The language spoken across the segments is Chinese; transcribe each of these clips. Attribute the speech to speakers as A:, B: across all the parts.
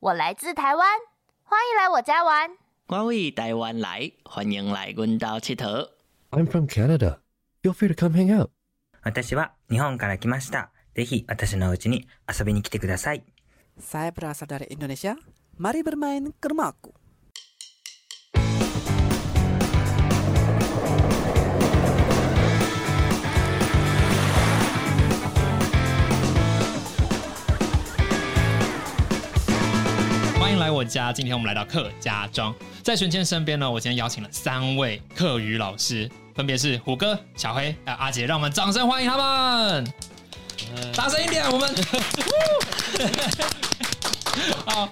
A: 我来自台湾，欢迎来我家玩。
B: 我为台湾来，欢迎来阮兜佚佗。
C: I'm from Canada. Feel free to come hang out.
D: 私は日本から来ました。ぜひ私の家に遊びに来てください。
E: Saya berasal dari Indonesia. Mari bermain ke rumahku.
F: 《欢迎来我家》，今天我们来到客家庄，在玄谦身边呢，我今天邀请了三位客语老师，分别是虎哥、小黑还有阿杰，让我们掌声欢迎他们！大声一点，我们。好，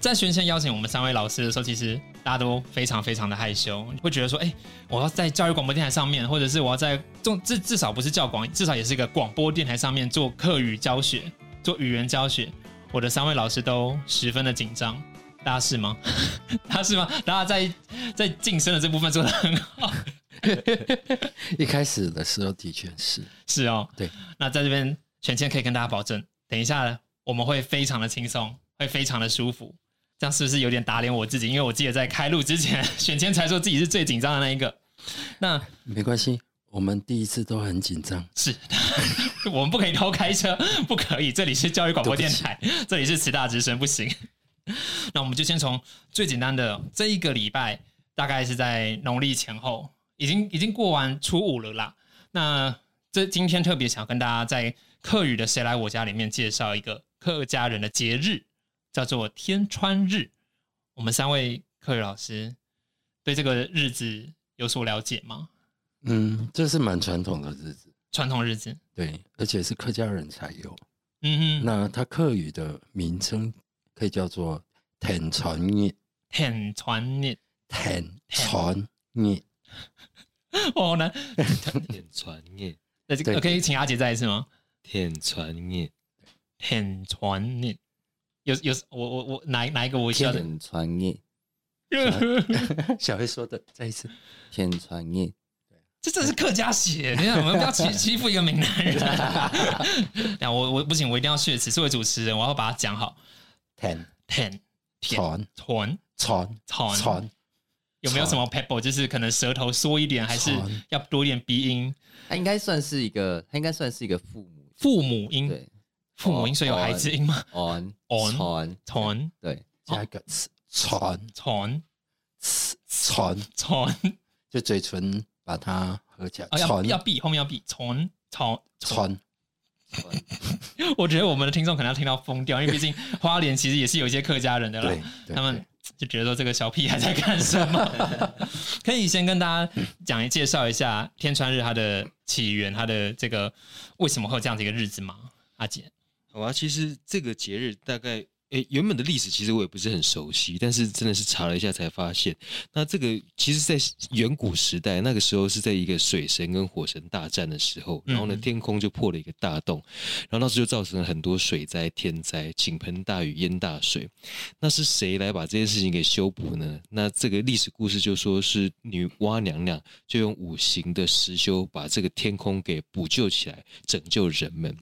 F: 在玄谦邀请我们三位老师的时候，其实大家都非常非常的害羞，会觉得说，哎、我要在教育广播电台上面，或者是我要在重至至少不是教广，至少也是一个广播电台上面做课语教学，做语言教学。我的三位老师都十分的紧张，大家是吗？ 大家是吗？大家在在晋升的这部分做的很好，
G: 一开始的时候的确是，
F: 是哦。
G: 对，
F: 那在这边，权谦可以跟大家保证，等一下我们会非常的轻松，会非常的舒服。这样是不是有点打脸我自己？因为我记得在开录之前，选谦才说自己是最紧张的那一个。那
G: 没关系，我们第一次都很紧张。
F: 是， 我们不可以偷开车，不可以。这里是教育广播电台，这里是慈大之声，不行。 那我们就先从最简单的这一个礼拜，大概是在农历前后，已经已经过完初五了啦。那这今天特别想跟大家在客语的“谁来我家”里面介绍一个客家人的节日，叫做天川日。我们三位客语老师对这个日子有所了解吗？
G: 嗯，这是蛮传统的日子，
F: 传统日子，
G: 对，而且是客家人才有。
F: 嗯哼，
G: 那它客语的名称可以叫做“天传日
F: 天川日。”，
G: 天传日，
F: 我 好难。
H: 天传念，
F: 那这个
G: 对
F: 可以请阿杰再一次吗？
H: 天传念，
F: 很传念，有有我我我哪哪一个我需要的？
H: 天传念，
G: 小黑说的，再一次，
H: 天传念，
F: 这真是客家血！等一下，我们不要 欺欺负一个闽南人。 等一下我我不行，我一定要血耻。作为主持人，我要把它讲好。
G: 天
F: ten
G: 传
F: 团
G: 传
F: 团
G: 传，
F: 有没有
G: 传
F: 什么 pebble？就是可能舌头缩一点，还是
G: 传
F: 要多一点鼻音？
H: 他应该算是一个，他应该算是一个父母，
F: 父母音，
H: 对
F: 父母音，所以有孩子音
G: 哦
F: 吗？
H: ，on
F: 嗯 on
H: 传
F: 团
H: 对，
G: 加一个“词”，传
F: 团
G: 词传，
F: 团，
G: 就嘴唇把它合起来，
F: 哦要
G: 传
F: 要闭，后面要闭，团团
G: 传
F: 我觉得我们的听众可能要听到疯掉，因为毕竟花莲其实也是有一些客家人的啦
G: 对，，对
F: 他们
G: 对
F: 就觉得说这个小屁孩在干什么。可以先跟大家讲一介绍一下天川日它的起源，它的这个为什么会有这样的一个日子吗？阿姐，
H: 好吧，其实这个节日大概，诶、原本的历史其实我也不是很熟悉，但是真的是查了一下才发现，那这个其实，在远古时代，那个时候是在一个水神跟火神大战的时候，然后呢，
F: 嗯
H: 天空就破了一个大洞，然后那时候就造成了很多水灾、天灾、倾盆大雨、淹大水。那是谁来把这件事情给修补呢？那这个历史故事就说是女娲娘娘就用五行的石修把这个天空给补救起来，拯救人们。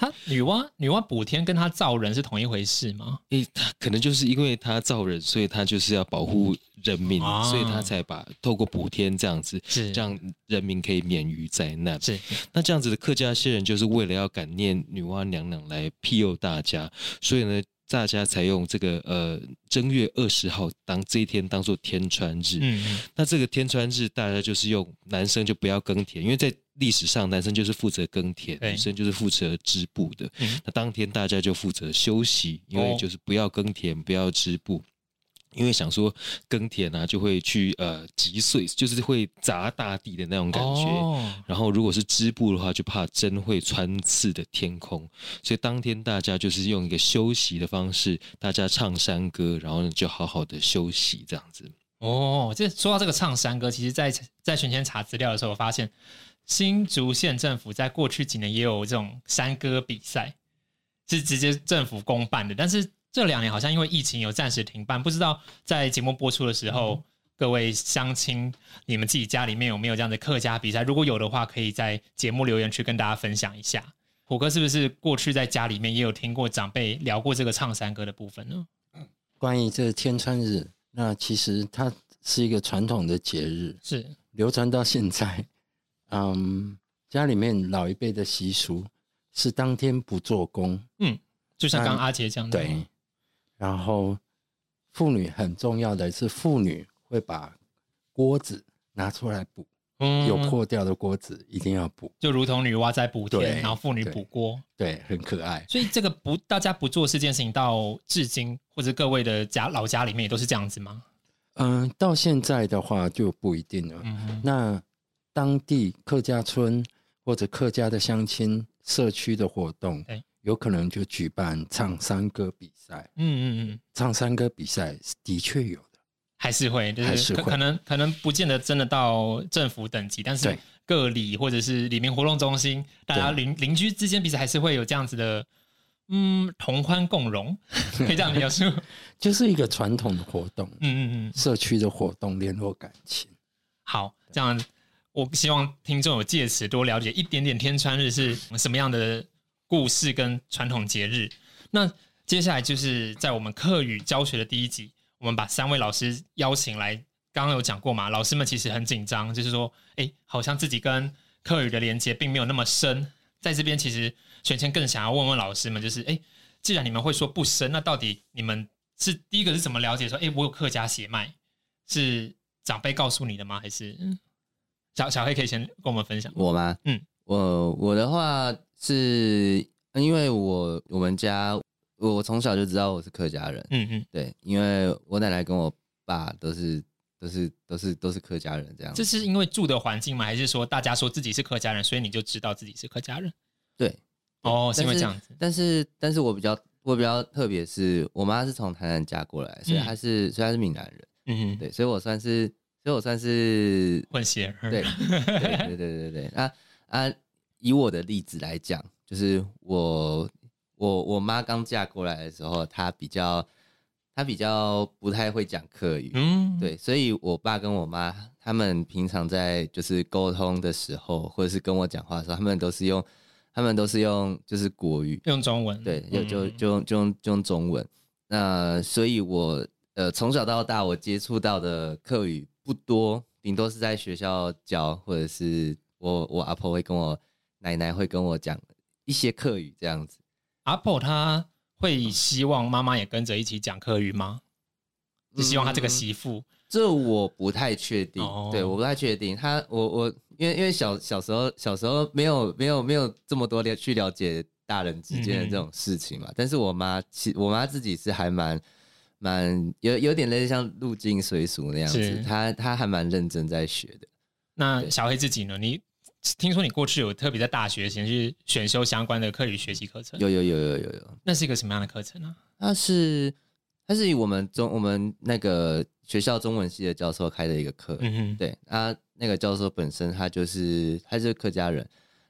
F: 她女娲女娲补天跟她造人是同一回事吗？
H: 诶，他可能就是因为他造人，所以他就是要保护人民，
F: 啊
H: 所以他才把透过补天这样子，
F: 是
H: 让人民可以免于灾难。
F: 是
H: 那这样子的客家先人就是为了要感念女娲娘娘来庇佑大家，所以呢，大家才用这个呃正月二十号当这一天当做天穿日。
F: 嗯嗯
H: 那这个天穿日，大家就是用男生就不要耕田，因为在历史上男生就是负责耕田，
F: 对
H: 女生就是负责织布的。
F: 嗯
H: 那当天大家就负责休息，因为
F: 哦
H: 就是不要耕田，不要织布。因为想说耕田啊，就会去呃击碎，就是会砸大地的那种感觉。
F: 哦
H: 然后如果是织布的话，就怕针会穿刺的天空，所以当天大家就是用一个休息的方式，大家唱山歌，然后呢就好好的休息这样子。
F: 哦，这说到这个唱山歌，其实在在选前查资料的时候，我发现新竹县政府在过去几年也有这种山歌比赛，是直接政府公办的。但是这两年好像因为疫情有暂时停办，不知道在节目播出的时候，各位乡亲，你们自己家里面有没有这样的客家比赛？如果有的话，可以在节目留言区跟大家分享一下。虎哥是不是过去在家里面也有听过长辈聊过这个唱山歌的部分呢？
G: 关于这天川日，那其实它是一个传统的节日，
F: 是
G: 流传到现在。嗯，家里面老一辈的习俗是当天不做工，
F: 就像刚刚阿杰讲的，
G: 对，然后妇女很重要的是，妇女会把锅子拿出来补，
F: 嗯
G: 有破掉的锅子一定要补。
F: 就如同女娲在补天，
G: 对
F: 然后妇女
G: 对
F: 补锅，
G: 对，很可爱。
F: 所以这个不大家不做这件事情，到至今或者各位的家老家里面也都是这样子吗？
G: 嗯，到现在的话就不一定了。
F: 嗯，
G: 那当地客家村或者客家的乡亲社区的活动
F: 对，
G: 有可能就举办唱山歌比赛。
F: 嗯嗯嗯，
G: 唱山歌比赛是的确有的，
F: 还是会，就
G: 还
F: 是
G: 是
F: 可
G: 会
F: 可能可能不见得真的到政府等级，但是
G: 对
F: 各里或者是里面活动中心，大家邻邻居之间彼此还是会有这样子的，嗯，同欢共 荣，可以这样描述。嗯
G: 就是一个传统的活动，
F: 嗯嗯，
G: 社区的活动，联络感情。
F: 好，这样我希望听众有借此多了解一点点天川日是什么样的故事跟传统节日。那接下来就是在我们课语教学的第一集，我们把三位老师邀请来，刚刚有讲过嘛，老师们其实很紧张，就是说，哎，好像自己跟课语的连接并没有那么深。在这边，其实选谦更想要问问老师们，就是哎，诶既然你们会说不深，那到底你们是第一个是怎么了解说，哎，我有客家血脉，是长辈告诉你的吗？还是嗯小小黑可以先跟我们分享？
H: 我吗？
F: 嗯，
H: 我我的话是因为我我们家我从小就知道我是客家人，
F: 嗯嗯，
H: 对，因为我奶奶跟我爸都是都是都是都是客家人这样
F: 这
H: 子，
F: 是因为住的环境吗？还是说大家说自己是客家人，所以你就知道自己是客家人？
H: 对，
F: 哦，是因为这
H: 但是
F: 样子。
H: 但是但是我比较我比较特别是，我妈是从台南嫁过来，所以
F: 嗯
H: 她是、所以她是闽南人，
F: 嗯，嗯，
H: 对，所以我算是所以我算 是
F: 混血儿。
H: 对 对对对对对，啊啊！以我的例子来讲，就是我我我妈刚嫁过来的时候，她比较她比较不太会讲客语，
F: 嗯，
H: 对，所以我爸跟我妈他们平常在就是沟通的时候，或者是跟我讲话的时候，他们都是用他们都是用就是国语，
F: 用中文。
H: 对，就就
F: 嗯
H: 就用就用就用中文。那所以我呃从小到大我接触到的课语不多，顶多是在学校教，或者是我我阿婆会跟我奶奶会跟我讲一些课语这样子。
F: 阿婆她会希望妈妈也跟着一起讲客语吗？就希望她这个
H: 嗯
F: 媳妇，
H: 这我不太确定，
F: 哦
H: 对，我不太确定。他，我我因为因为小小时候小时候没有没有没有这么多了去了解大人之间的
F: 嗯
H: 这种事情嘛。但是我妈其我妈自己是还蛮蛮有有点类似像入境随俗那样
F: 是
H: 子，她她还蛮认真在学的。
F: 那
H: 对
F: 小黑自己呢？你听说你过去有特别在大学前去选修相关的课语学习课程，
H: 有有有有有有，
F: 那是一个什么样的课程呢？
H: 她是她是以我们中我们那个学校中文系的教授开的一个课，
F: 嗯哼，
H: 对，他那个教授本身他就是他是客家人，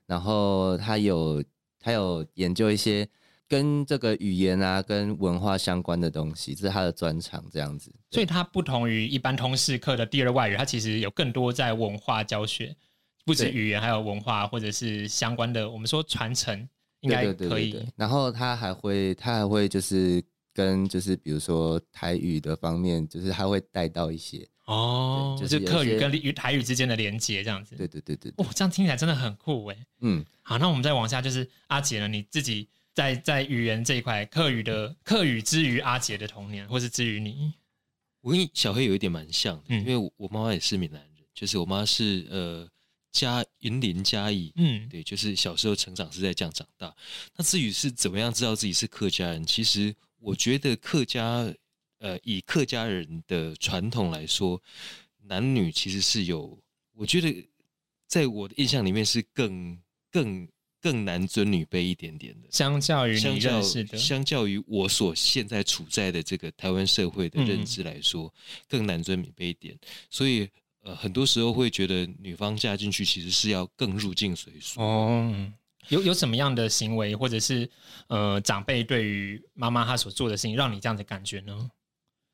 H: 然后他有他有研究一些跟这个语言啊跟文化相关的东西，这是他的专长这样子。
F: 所以它不同于一般通识课的第二外语，它其实有更多在文化教学，不止
H: 对
F: 语言，还有文化或者是相关的，我们说传承应
H: 对
F: 该
H: 对对
F: 可
H: 对
F: 以。
H: 对。然后他还会他还会就是跟就是比如说台语的方面，就是他会带到一些。
F: 哦，就
H: 对
F: 是
H: 就是有一些
F: 客语跟语台语之间的连接这样子。
H: 对对对对
F: 哦
H: 对，，
F: 这样听起来真的很酷哎。
H: 嗯，
F: 好，那我们再往下，就是阿杰呢，你自己在在语言这一块，客语的客语之于阿杰的童年，或是之于你，
I: 我跟小黑有一点蛮像的，
F: 嗯
I: 因为我我妈妈也是闽南人，就是我妈是呃嘉云林嘉义，
F: 嗯，
I: 对，就是小时候成长是在这样长大。那至于是怎么样知道自己是客家人，其实我觉得客家，呃，以客家人的传统来说，男女其实是有，我觉得在我的印象里面是更更更男尊女卑一点点的。
F: 相较于你
I: 相较
F: 认识的，
I: 相较于我所现在处在的这个台湾社会的认知来说，
F: 嗯
I: 更难遵明碑一点。所以呃，很多时候会觉得女方嫁进去其实是要更入境随俗。
F: 哦，
H: 嗯
F: 有有什么样的行为，或者是呃长辈对于妈妈她所做的事情，让你这样的感觉呢？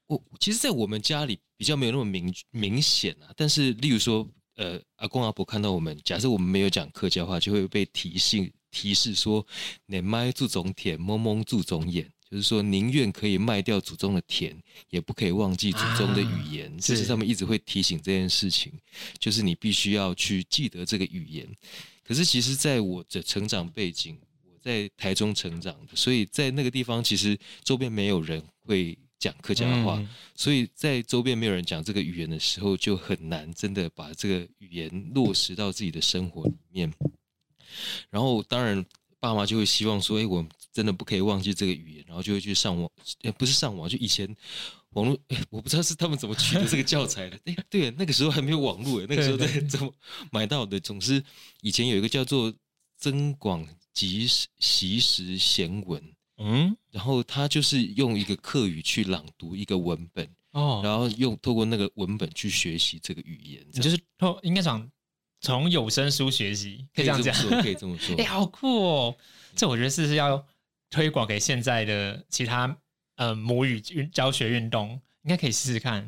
I: 我其实，在我们家里比较没有那么明明显啊，但是例如说，呃，阿公阿婆看到我们，假设我们没有讲客家话，就会被提醒提示说，你麦注总舔，蒙蒙注总眼，就
H: 就是说宁愿可以卖掉祖宗的田，也不可以忘记祖宗的语言。
F: 啊
H: 就是
F: 是
H: 他们一直会提醒这件事情，就是你必须要去记得这个语言。可是其实在我的成长背景，我在台中成长的，所以在那个地方其实周边没有人会讲客家话，
F: 嗯
H: 所以在周边没有人讲这个语言的时候，就很难真的把这个语言落实到自己的生活里面。然后当然爸妈就会希望说，哎，我们真的不可以忘记这个语言，然后就会去上网，哎，不是上网，就以前。网络、哎我不知道是他们怎么取得这个教材的。哎，对，那个时候还没有网络，哎那个时候在
F: 对对
H: 怎么买到的？总之，以前有一个叫做《增广即时习时贤文》，
F: 嗯
H: 然后他就是用一个课语去朗读一个文本，
F: 哦，
H: 然后用透过那个文本去学习这个语言，
F: 你
H: 这
F: 就
H: 样
F: 是透应该讲从有声书学习，可以这样讲
H: 可以。说，可以这 么说
F: 哎、。好酷哦！这我觉得是不是要推广给现在的其他呃母语运教学运动，应该可以试试看。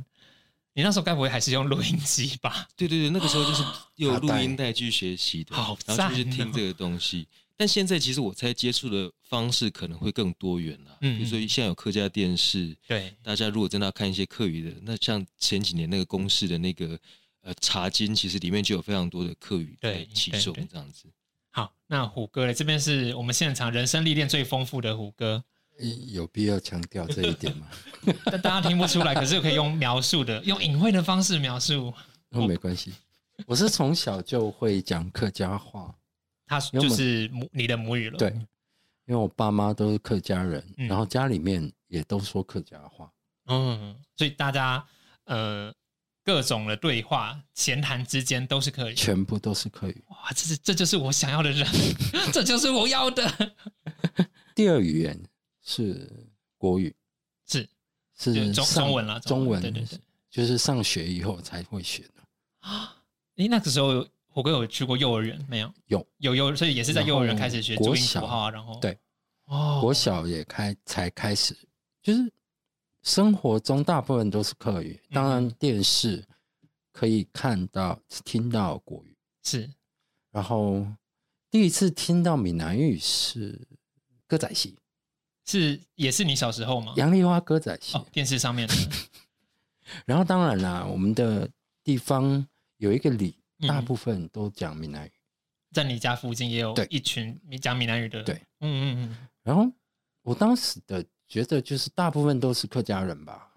F: 你那时候该不会还是用录音机吧？
H: 对对对，那个时候就是有录音带去学习的，
F: 好
H: 然后就去
F: 赞哦
H: 听这个东西。但现在其实我猜接触的方式可能会更多元了，
F: 嗯
H: 比如说现在有客家电视，
F: 对，
H: 大家如果真的要看一些课语的，那像前几年那个公式的那个呃茶经，其实里面就有非常多的课语在
F: 对
H: 其
F: 对
H: 中
F: 对
H: 这样子。
F: 好，那虎哥嘞，这边是我们现场人生历练最丰富的虎哥，
G: 有必要强调这一点 吗？
F: 但大家听不出来，可是可以用描述的，用隐晦的方式描述。
G: 那哦没关系，我是从小就会讲客家话，
F: 他就是母你的母语了，
G: 对，因为我爸妈都是客家人，
F: 嗯
G: 然后家里面也都说客家话。
F: 嗯，所以大家呃各种的对话闲谈之间都是可以的。
G: 全部都是客语，
F: 哇，这是这就是我想要的人， 这就是我要的。
G: 第二语言是国语，
F: 是就是
G: 是
F: 中
G: 上
F: 中文啦中
G: 中
F: 文
G: 文
F: 对对对
G: 就是上学以后才会学的。
F: 诶，那个时候火哥有去过幼儿园没有？
G: 有
F: 有幼，所以也是在
G: 然
F: 幼儿园
G: 后
F: 开始学
G: 国
F: 注音
G: 小
F: 符号啊，然后
G: 对，
F: 哦，
G: 国小也开才开始，就是生活中大部分都是客语，当
F: 嗯
G: 然电视可以看到听到国语，
F: 是
G: 然后第一次听到闽南语是歌仔戏，
F: 是也是你小时候吗？
G: 杨丽花歌仔戏
F: 哦，，电视上面的，
G: 然后当然啦，我们的地方有一个里，
F: 嗯
G: 大部分都讲闽南语。
F: 在你家附近也有
G: 对
F: 一群讲闽南语的，
G: 对，
F: 嗯嗯嗯，
G: 然后我当时的觉得就是大部分都是客家人吧，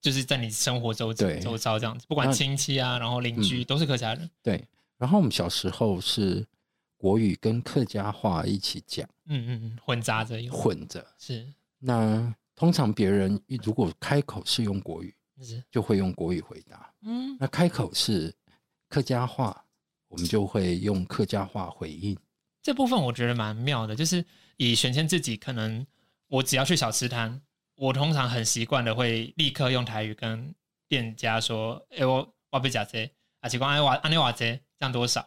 F: 就是在你生活周
G: 对
F: 周遭这样子，不管
G: 那
F: 亲戚啊，然后邻居
G: 嗯
F: 都是客家人，
G: 对。然后我们小时候是国语跟客家话一起讲，
F: 嗯嗯嗯，混杂着用，
G: 混着。
F: 是
G: 那通常别人一如果开口是用国语，
F: 是，
G: 就会用国语回答；
F: 嗯，
G: 那开口是客家话，我们就会用客家话回应。
F: 这部分我觉得蛮妙的，就是以玄谦自己，可能我只要去小吃摊，我通常很习惯的会立刻用台语跟店家说：“哎、我我被假这，啊，奇怪，哎我安尼瓦这，这样多少？”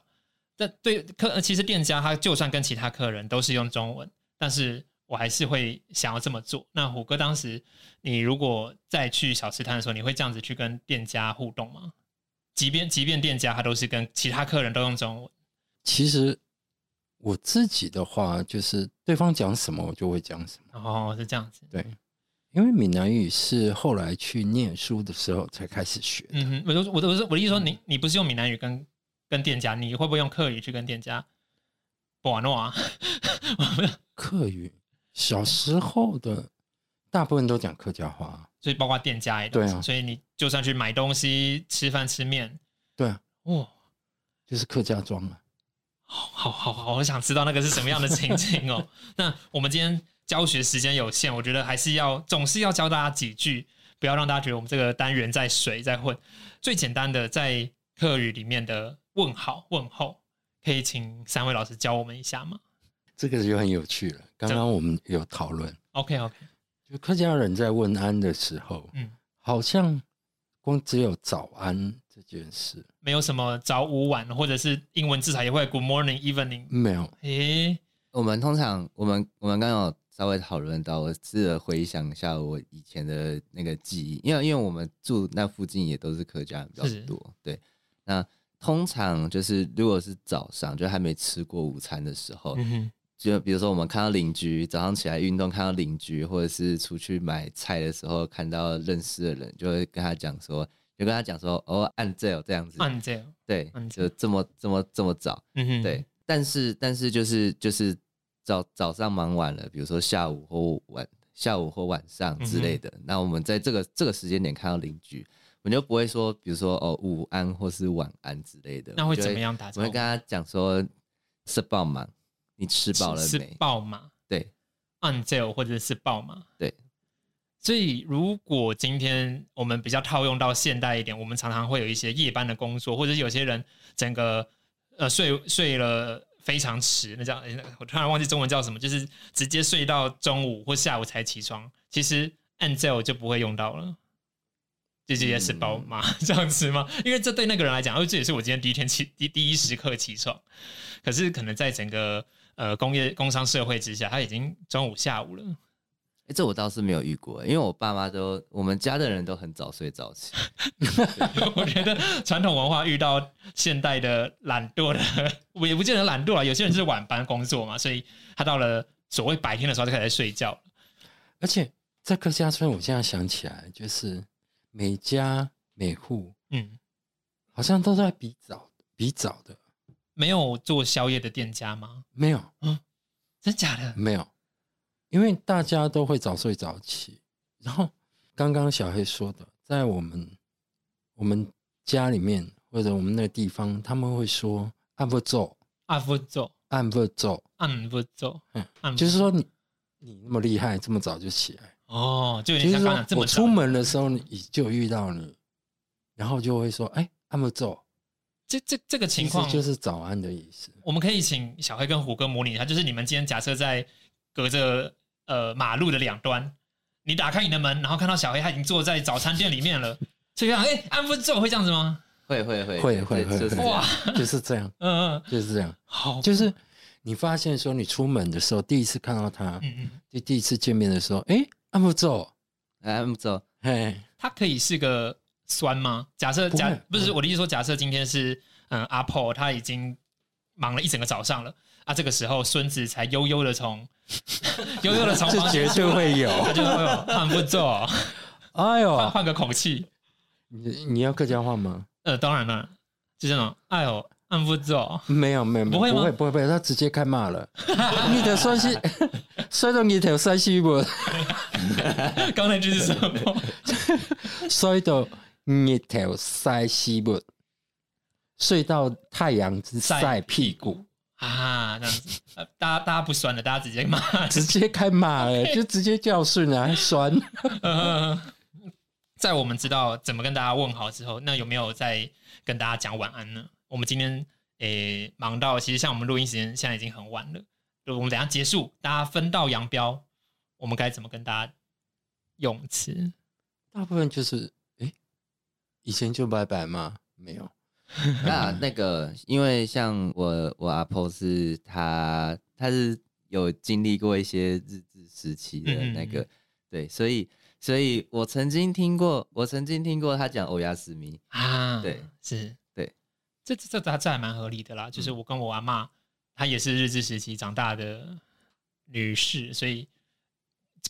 F: 但对客，呃其实店家他就算跟其他客人都是用中文，但是我还是会想要这么做。那虎哥当时，你如果再去小吃摊的时候，你会这样子去跟店家互动吗？即便即便店家他都是跟其他客人都用中文，
G: 其实我自己的话，就是对方讲什么我就会讲什么。
F: 然后哦是这样子，
G: 对，因为闽南语是后来去念书的时候才开始学的。
F: 嗯哼，我都我都是我的意思说你，你不是用闽南语跟跟店家，你会不会用客语去跟店家？不玩弄啊，
G: 客语小时候的大部分都讲客家话，啊
F: 所以包括店家也都是
G: 对啊
F: 所以你就算去买东西、吃饭、吃面，
G: 对啊，
F: 哇，
G: 就是客家庄啊。
F: 好好好，我想知道那个是什么样的情境 哦。那我们今天教学时间有限，我觉得还是要总是要教大家几句，不要让大家觉得我们这个单元在水在混。最简单的，在课语里面的问好问候，可以请三位老师教我们一下吗
G: 这个就很有趣了。刚刚我们有讨论，
F: ？OK OK，
G: 就客家人在问安的时候，
F: 嗯。
G: 好像光只有早安这件事
F: 没有什么早午晚，或者是英文至少也会 Good morning evening。
G: 没有。
F: 诶，
J: 我们通常，我们我们刚刚有稍微讨论到，我试着回想一下我以前的那个记忆，因为因为我们住那附近也都是客家人比
F: 是
J: 较多，对。那通常就是如果是早上，就还没吃过午餐的时候，
H: 哦
F: 嗯哼，
H: 就比如说我们看到邻居早上起来运动看到邻居，或者是出去买菜的时候看到认识的人，就会跟他讲说，就跟他讲说，哦，按这哦这样子，
F: 按这样，
H: 对
F: 按，这
H: 就这么这么这么早，
F: 嗯哼，
H: 对，但是但是就是就是早早上忙完了，比如说下午或晚下午或晚上之
F: 嗯
H: 类的，那我们在这个这个时间点看到邻居，我们就不会说，比如说哦午安或是晚安之类的，
F: 那
H: 我
F: 会
H: 就
F: 怎么？样打
H: 我
F: 招
H: 会
F: 呼
H: 跟？他讲说吃饱吗？你吃饱了
F: 是是
H: 没？
F: 爆马
H: 对，
F: 按这样或者是爆马，
H: 对。
F: 所以，如果今天我们比较套用到现代一点，我们常常会有一些夜班的工作，或者是有些人整个呃睡睡了非常迟，那叫、诶那个我突然忘记中文叫什么，就是直接睡到中午或下午才起床。其实按这样就不会用到了，就直接是包马、 这样子吗？因为这对那个人来讲，哦，这也是我今天第一天起第第一时刻起床，可是可能在整个呃工业工商社会之下，他已经中午下午了。
H: 哎、这我倒是没有遇过，因为我爸妈都我们家的人都很早睡 早起，
F: 我觉得传统文化遇到现代的懒惰的， 我也不见得懒惰啊。有些人是晚班工作嘛，所以他到了所谓白天的时候就开始在睡觉。
G: 而且在客家村，我现在想起来，就是每家每户
F: 嗯，
G: 好像都在比早比早的，
F: 没有做宵夜的店家吗？
G: 没有
F: 真假的？
G: 没有，因为大家都会早睡早起。然后刚刚小黑说的，在我们我们家里面或者我们那个地方，他们会说按不走，
F: 按不走，
G: 按不走，
F: 按不走
G: 嗯，
F: 按
G: 就是说你你那么厉害，这么早就起来，
F: 哦，就有点
G: 就是
F: 像刚刚这
G: 说
F: 么
G: 我
F: 早
G: 出门的时候你就遇到你，然后就会说哎按不走，
F: 这这这个情
G: 其实
F: 况
G: 就是早安的意 思。
F: 我们可以请小黑跟虎哥模拟一下，就是你们今天假设在隔着呃马路的两端，你打开你的门，然后看到小黑他已经坐在早餐店里面 了，所以想哎，安分之后会这样子吗？
H: 会会会
G: 会
H: 对
G: 会会
H: 就
G: 会
H: 是这样
F: 哇，
G: 就是这样，
F: 嗯嗯，
G: 就是这样，
F: 好，
G: 就是你发现说你出门的时候，第一次看到他，
F: 嗯嗯，
G: 第第一次见面的时候，哎，按不走，
H: 哎，不走，
G: 嘿，
F: 它可以是个酸吗？假设
G: 不会
F: 假
G: 不
F: 不
G: 会
F: 是我的意思说，假设今天是嗯阿婆他已经忙了一整个早上了啊，这个时候孙子才悠悠的从 悠悠的 从
G: 这
F: 房间
G: 绝对会 有。
F: 他就会有啊按不走，
G: 哎
F: 换
G: 呦，
F: 换个口气。
G: 你你要客家话吗？
F: 呃，当然了，就这种，哎呦，按不走，
G: 没有没有，
F: 不会吗
G: 不会不会不会，他直接开骂了。你的山西，摔到你头山西不？
F: 刚才就是什么？
G: 摔到你头山西不？睡到太阳晒屁股，
F: 啊，这样子，呃大家大家不酸了，大家直接骂。
G: 直接开骂 了，就直接教训啊，还酸。
F: 呃，在我们知道怎么跟大家问好之后，那有没有再跟大家讲晚安呢？我们今天诶、忙到，其实像我们录音时间现在已经很晚了，就我们等一下结束，大家分道扬镳，我们该怎么跟大家用词？
G: 大部分就是，哎，以前就拜拜吗？没 有，
H: 那那个，因为像我我阿婆是她，她是有经历过一些日治时期的那个，
F: 嗯嗯
H: 对，所以所以我曾经听过，我曾经听过她讲欧亚斯米，
F: 啊，
H: 对，
F: 是，
H: 对，嗯
F: 这这这这这还蛮合理的啦。就是我跟我阿妈，她也是日治时期长大的女士，所以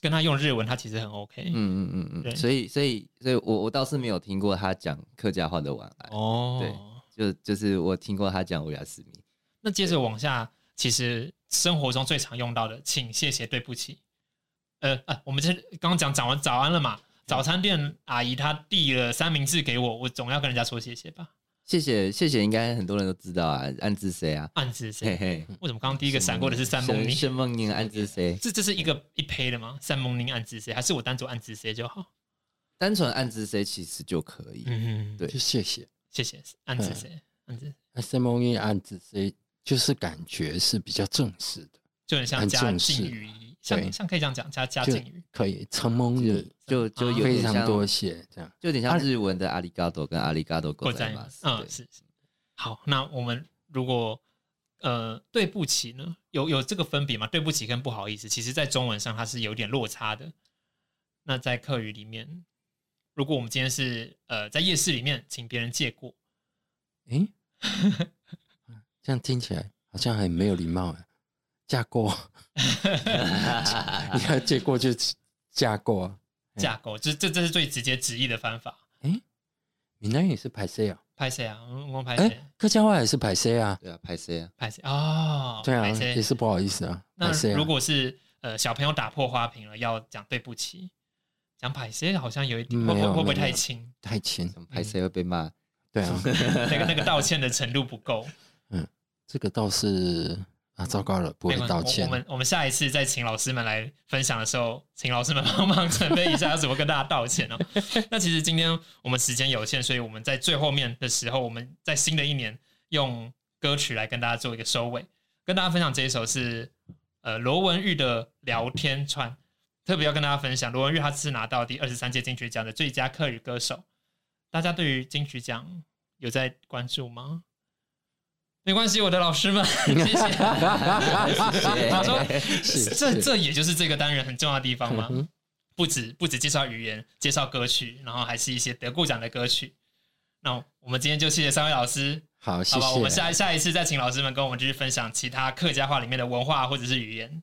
F: 跟她用日文，她其实很 OK。
H: 嗯嗯嗯
F: 对
H: 嗯，所以所以所以我我倒是没有听过她讲客家话的晚安，
F: 哦
H: 对就就是我听过她讲欧亚斯米，
F: 那接着往下，其实生活中最常用到的，请、谢谢、对不起。呃啊，我们这刚刚讲讲完早安了嘛？早餐店阿姨她递了三明治给我，我总要跟人家说谢谢吧？
H: 谢谢谢谢，应该很多人都知道啊，安之谁啊，
F: 暗指
H: 嘿
F: 谁？
H: 嘿，
F: 为什么刚刚第一个闪过的是三梦
H: 沈
F: 妮？
H: 沈梦宁安之谁，
F: 这这是一个一胚的吗？三蒙宁暗指谁？还是我单独暗指谁就好？
H: 单纯安之谁其实就可以，
F: 嗯，
H: 对
G: 就谢谢。
F: 谢谢暗指谁？暗指
G: 那 s m o e 案子这就是感觉是比较正式的，
F: 就很像
G: 很
F: 加
G: 重
F: 敬
G: 视
F: 语，像
G: 对
F: 像可以这样讲，加加
G: 就
F: 敬语。
G: 可以承蒙你
H: 就就
F: 啊
H: 有
G: 非
H: 点
G: 常
H: 像
G: 多谢啊这样。
H: 就有点像日文的阿里嘎多跟阿里嘎多狗
F: 过
H: 在
F: 在
H: 嘛
F: 吗？，嗯，
H: 对
F: 是是。好，那我们如果呃对不起呢，有有这个分别吗？对不起跟不好意思，其实在中文上它是有点落差的。那在客语里面，如果我们今天是呃在夜市里面请别人借 过，
G: 诶，这样听起来好像很没有礼貌哎。架构，
F: 啊
G: 你看结果就架构啊。
F: 架构，这这这是最直接直译的方法。
G: 闽南语是排 C 啊，
F: 拍谁啊？嗯我拍谁
G: 哎？，客家话也是排 C 啊，
J: 对啊，拍谁啊？
F: 拍谁？哦，
G: 对啊，
F: 拍谁
G: 也是不好意思啊，排 C
F: 那
G: 啊。
F: 如果是呃小朋友打破花瓶了，要讲对不起，讲歹些好像有一点，会不
G: 没
F: 会
G: 有
F: 会不会
G: 没有
F: 太轻？
G: 太轻，
J: 怎么拍谁会被骂？
G: 对啊，
F: 那个那个道歉的程度不够。
G: 这个倒是啊，糟糕了，不
F: 没关
G: 会
F: 系
G: 道
F: 我
G: 歉
F: 我。们我们下一次再请老师们来分享的时候，请老师们帮忙准备一下要怎么跟大家道歉 哦。那其实今天我们时间有限，所以我们在最后面的时候，我们在新的一年用歌曲来跟大家做一个收尾。跟大家分享这一首是呃罗文玉的《聊天串》，特别要跟大家分享，罗文玉他是拿到第二十三届金曲奖的最佳客语歌手。大家对于金曲奖有在关注吗？没关系，我的老师们， 谢 谢。他说
G: 是
F: 这
G: 是
F: 这也就是这个单元很重要的地方嘛
G: 嗯哼，
F: 不止不止介绍语言，介绍歌曲，然后还是一些得过奖的歌曲。那我们今天就谢谢三位老师，
G: 好，
F: 好
G: 谢
F: 吧，我们
G: 谢。
F: 下下一次再请老师们跟我们继续分享其他客家话里面的文化或者是语言。